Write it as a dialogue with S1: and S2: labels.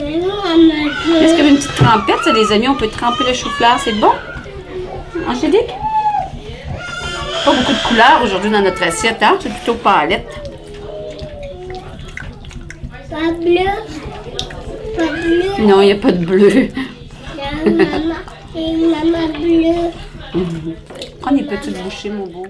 S1: Est-ce comme une petite trempette, ça, les amis? On peut tremper le chou-fleur, c'est bon? Angélique? Pas beaucoup de couleurs aujourd'hui dans notre assiette, hein? C'est plutôt palette.
S2: Pas de bleu. Pas de bleu.
S1: Non, il n'y a pas de bleu.
S2: Il y a maman et maman bleue.
S1: Prends des petites bouchées, mon beau.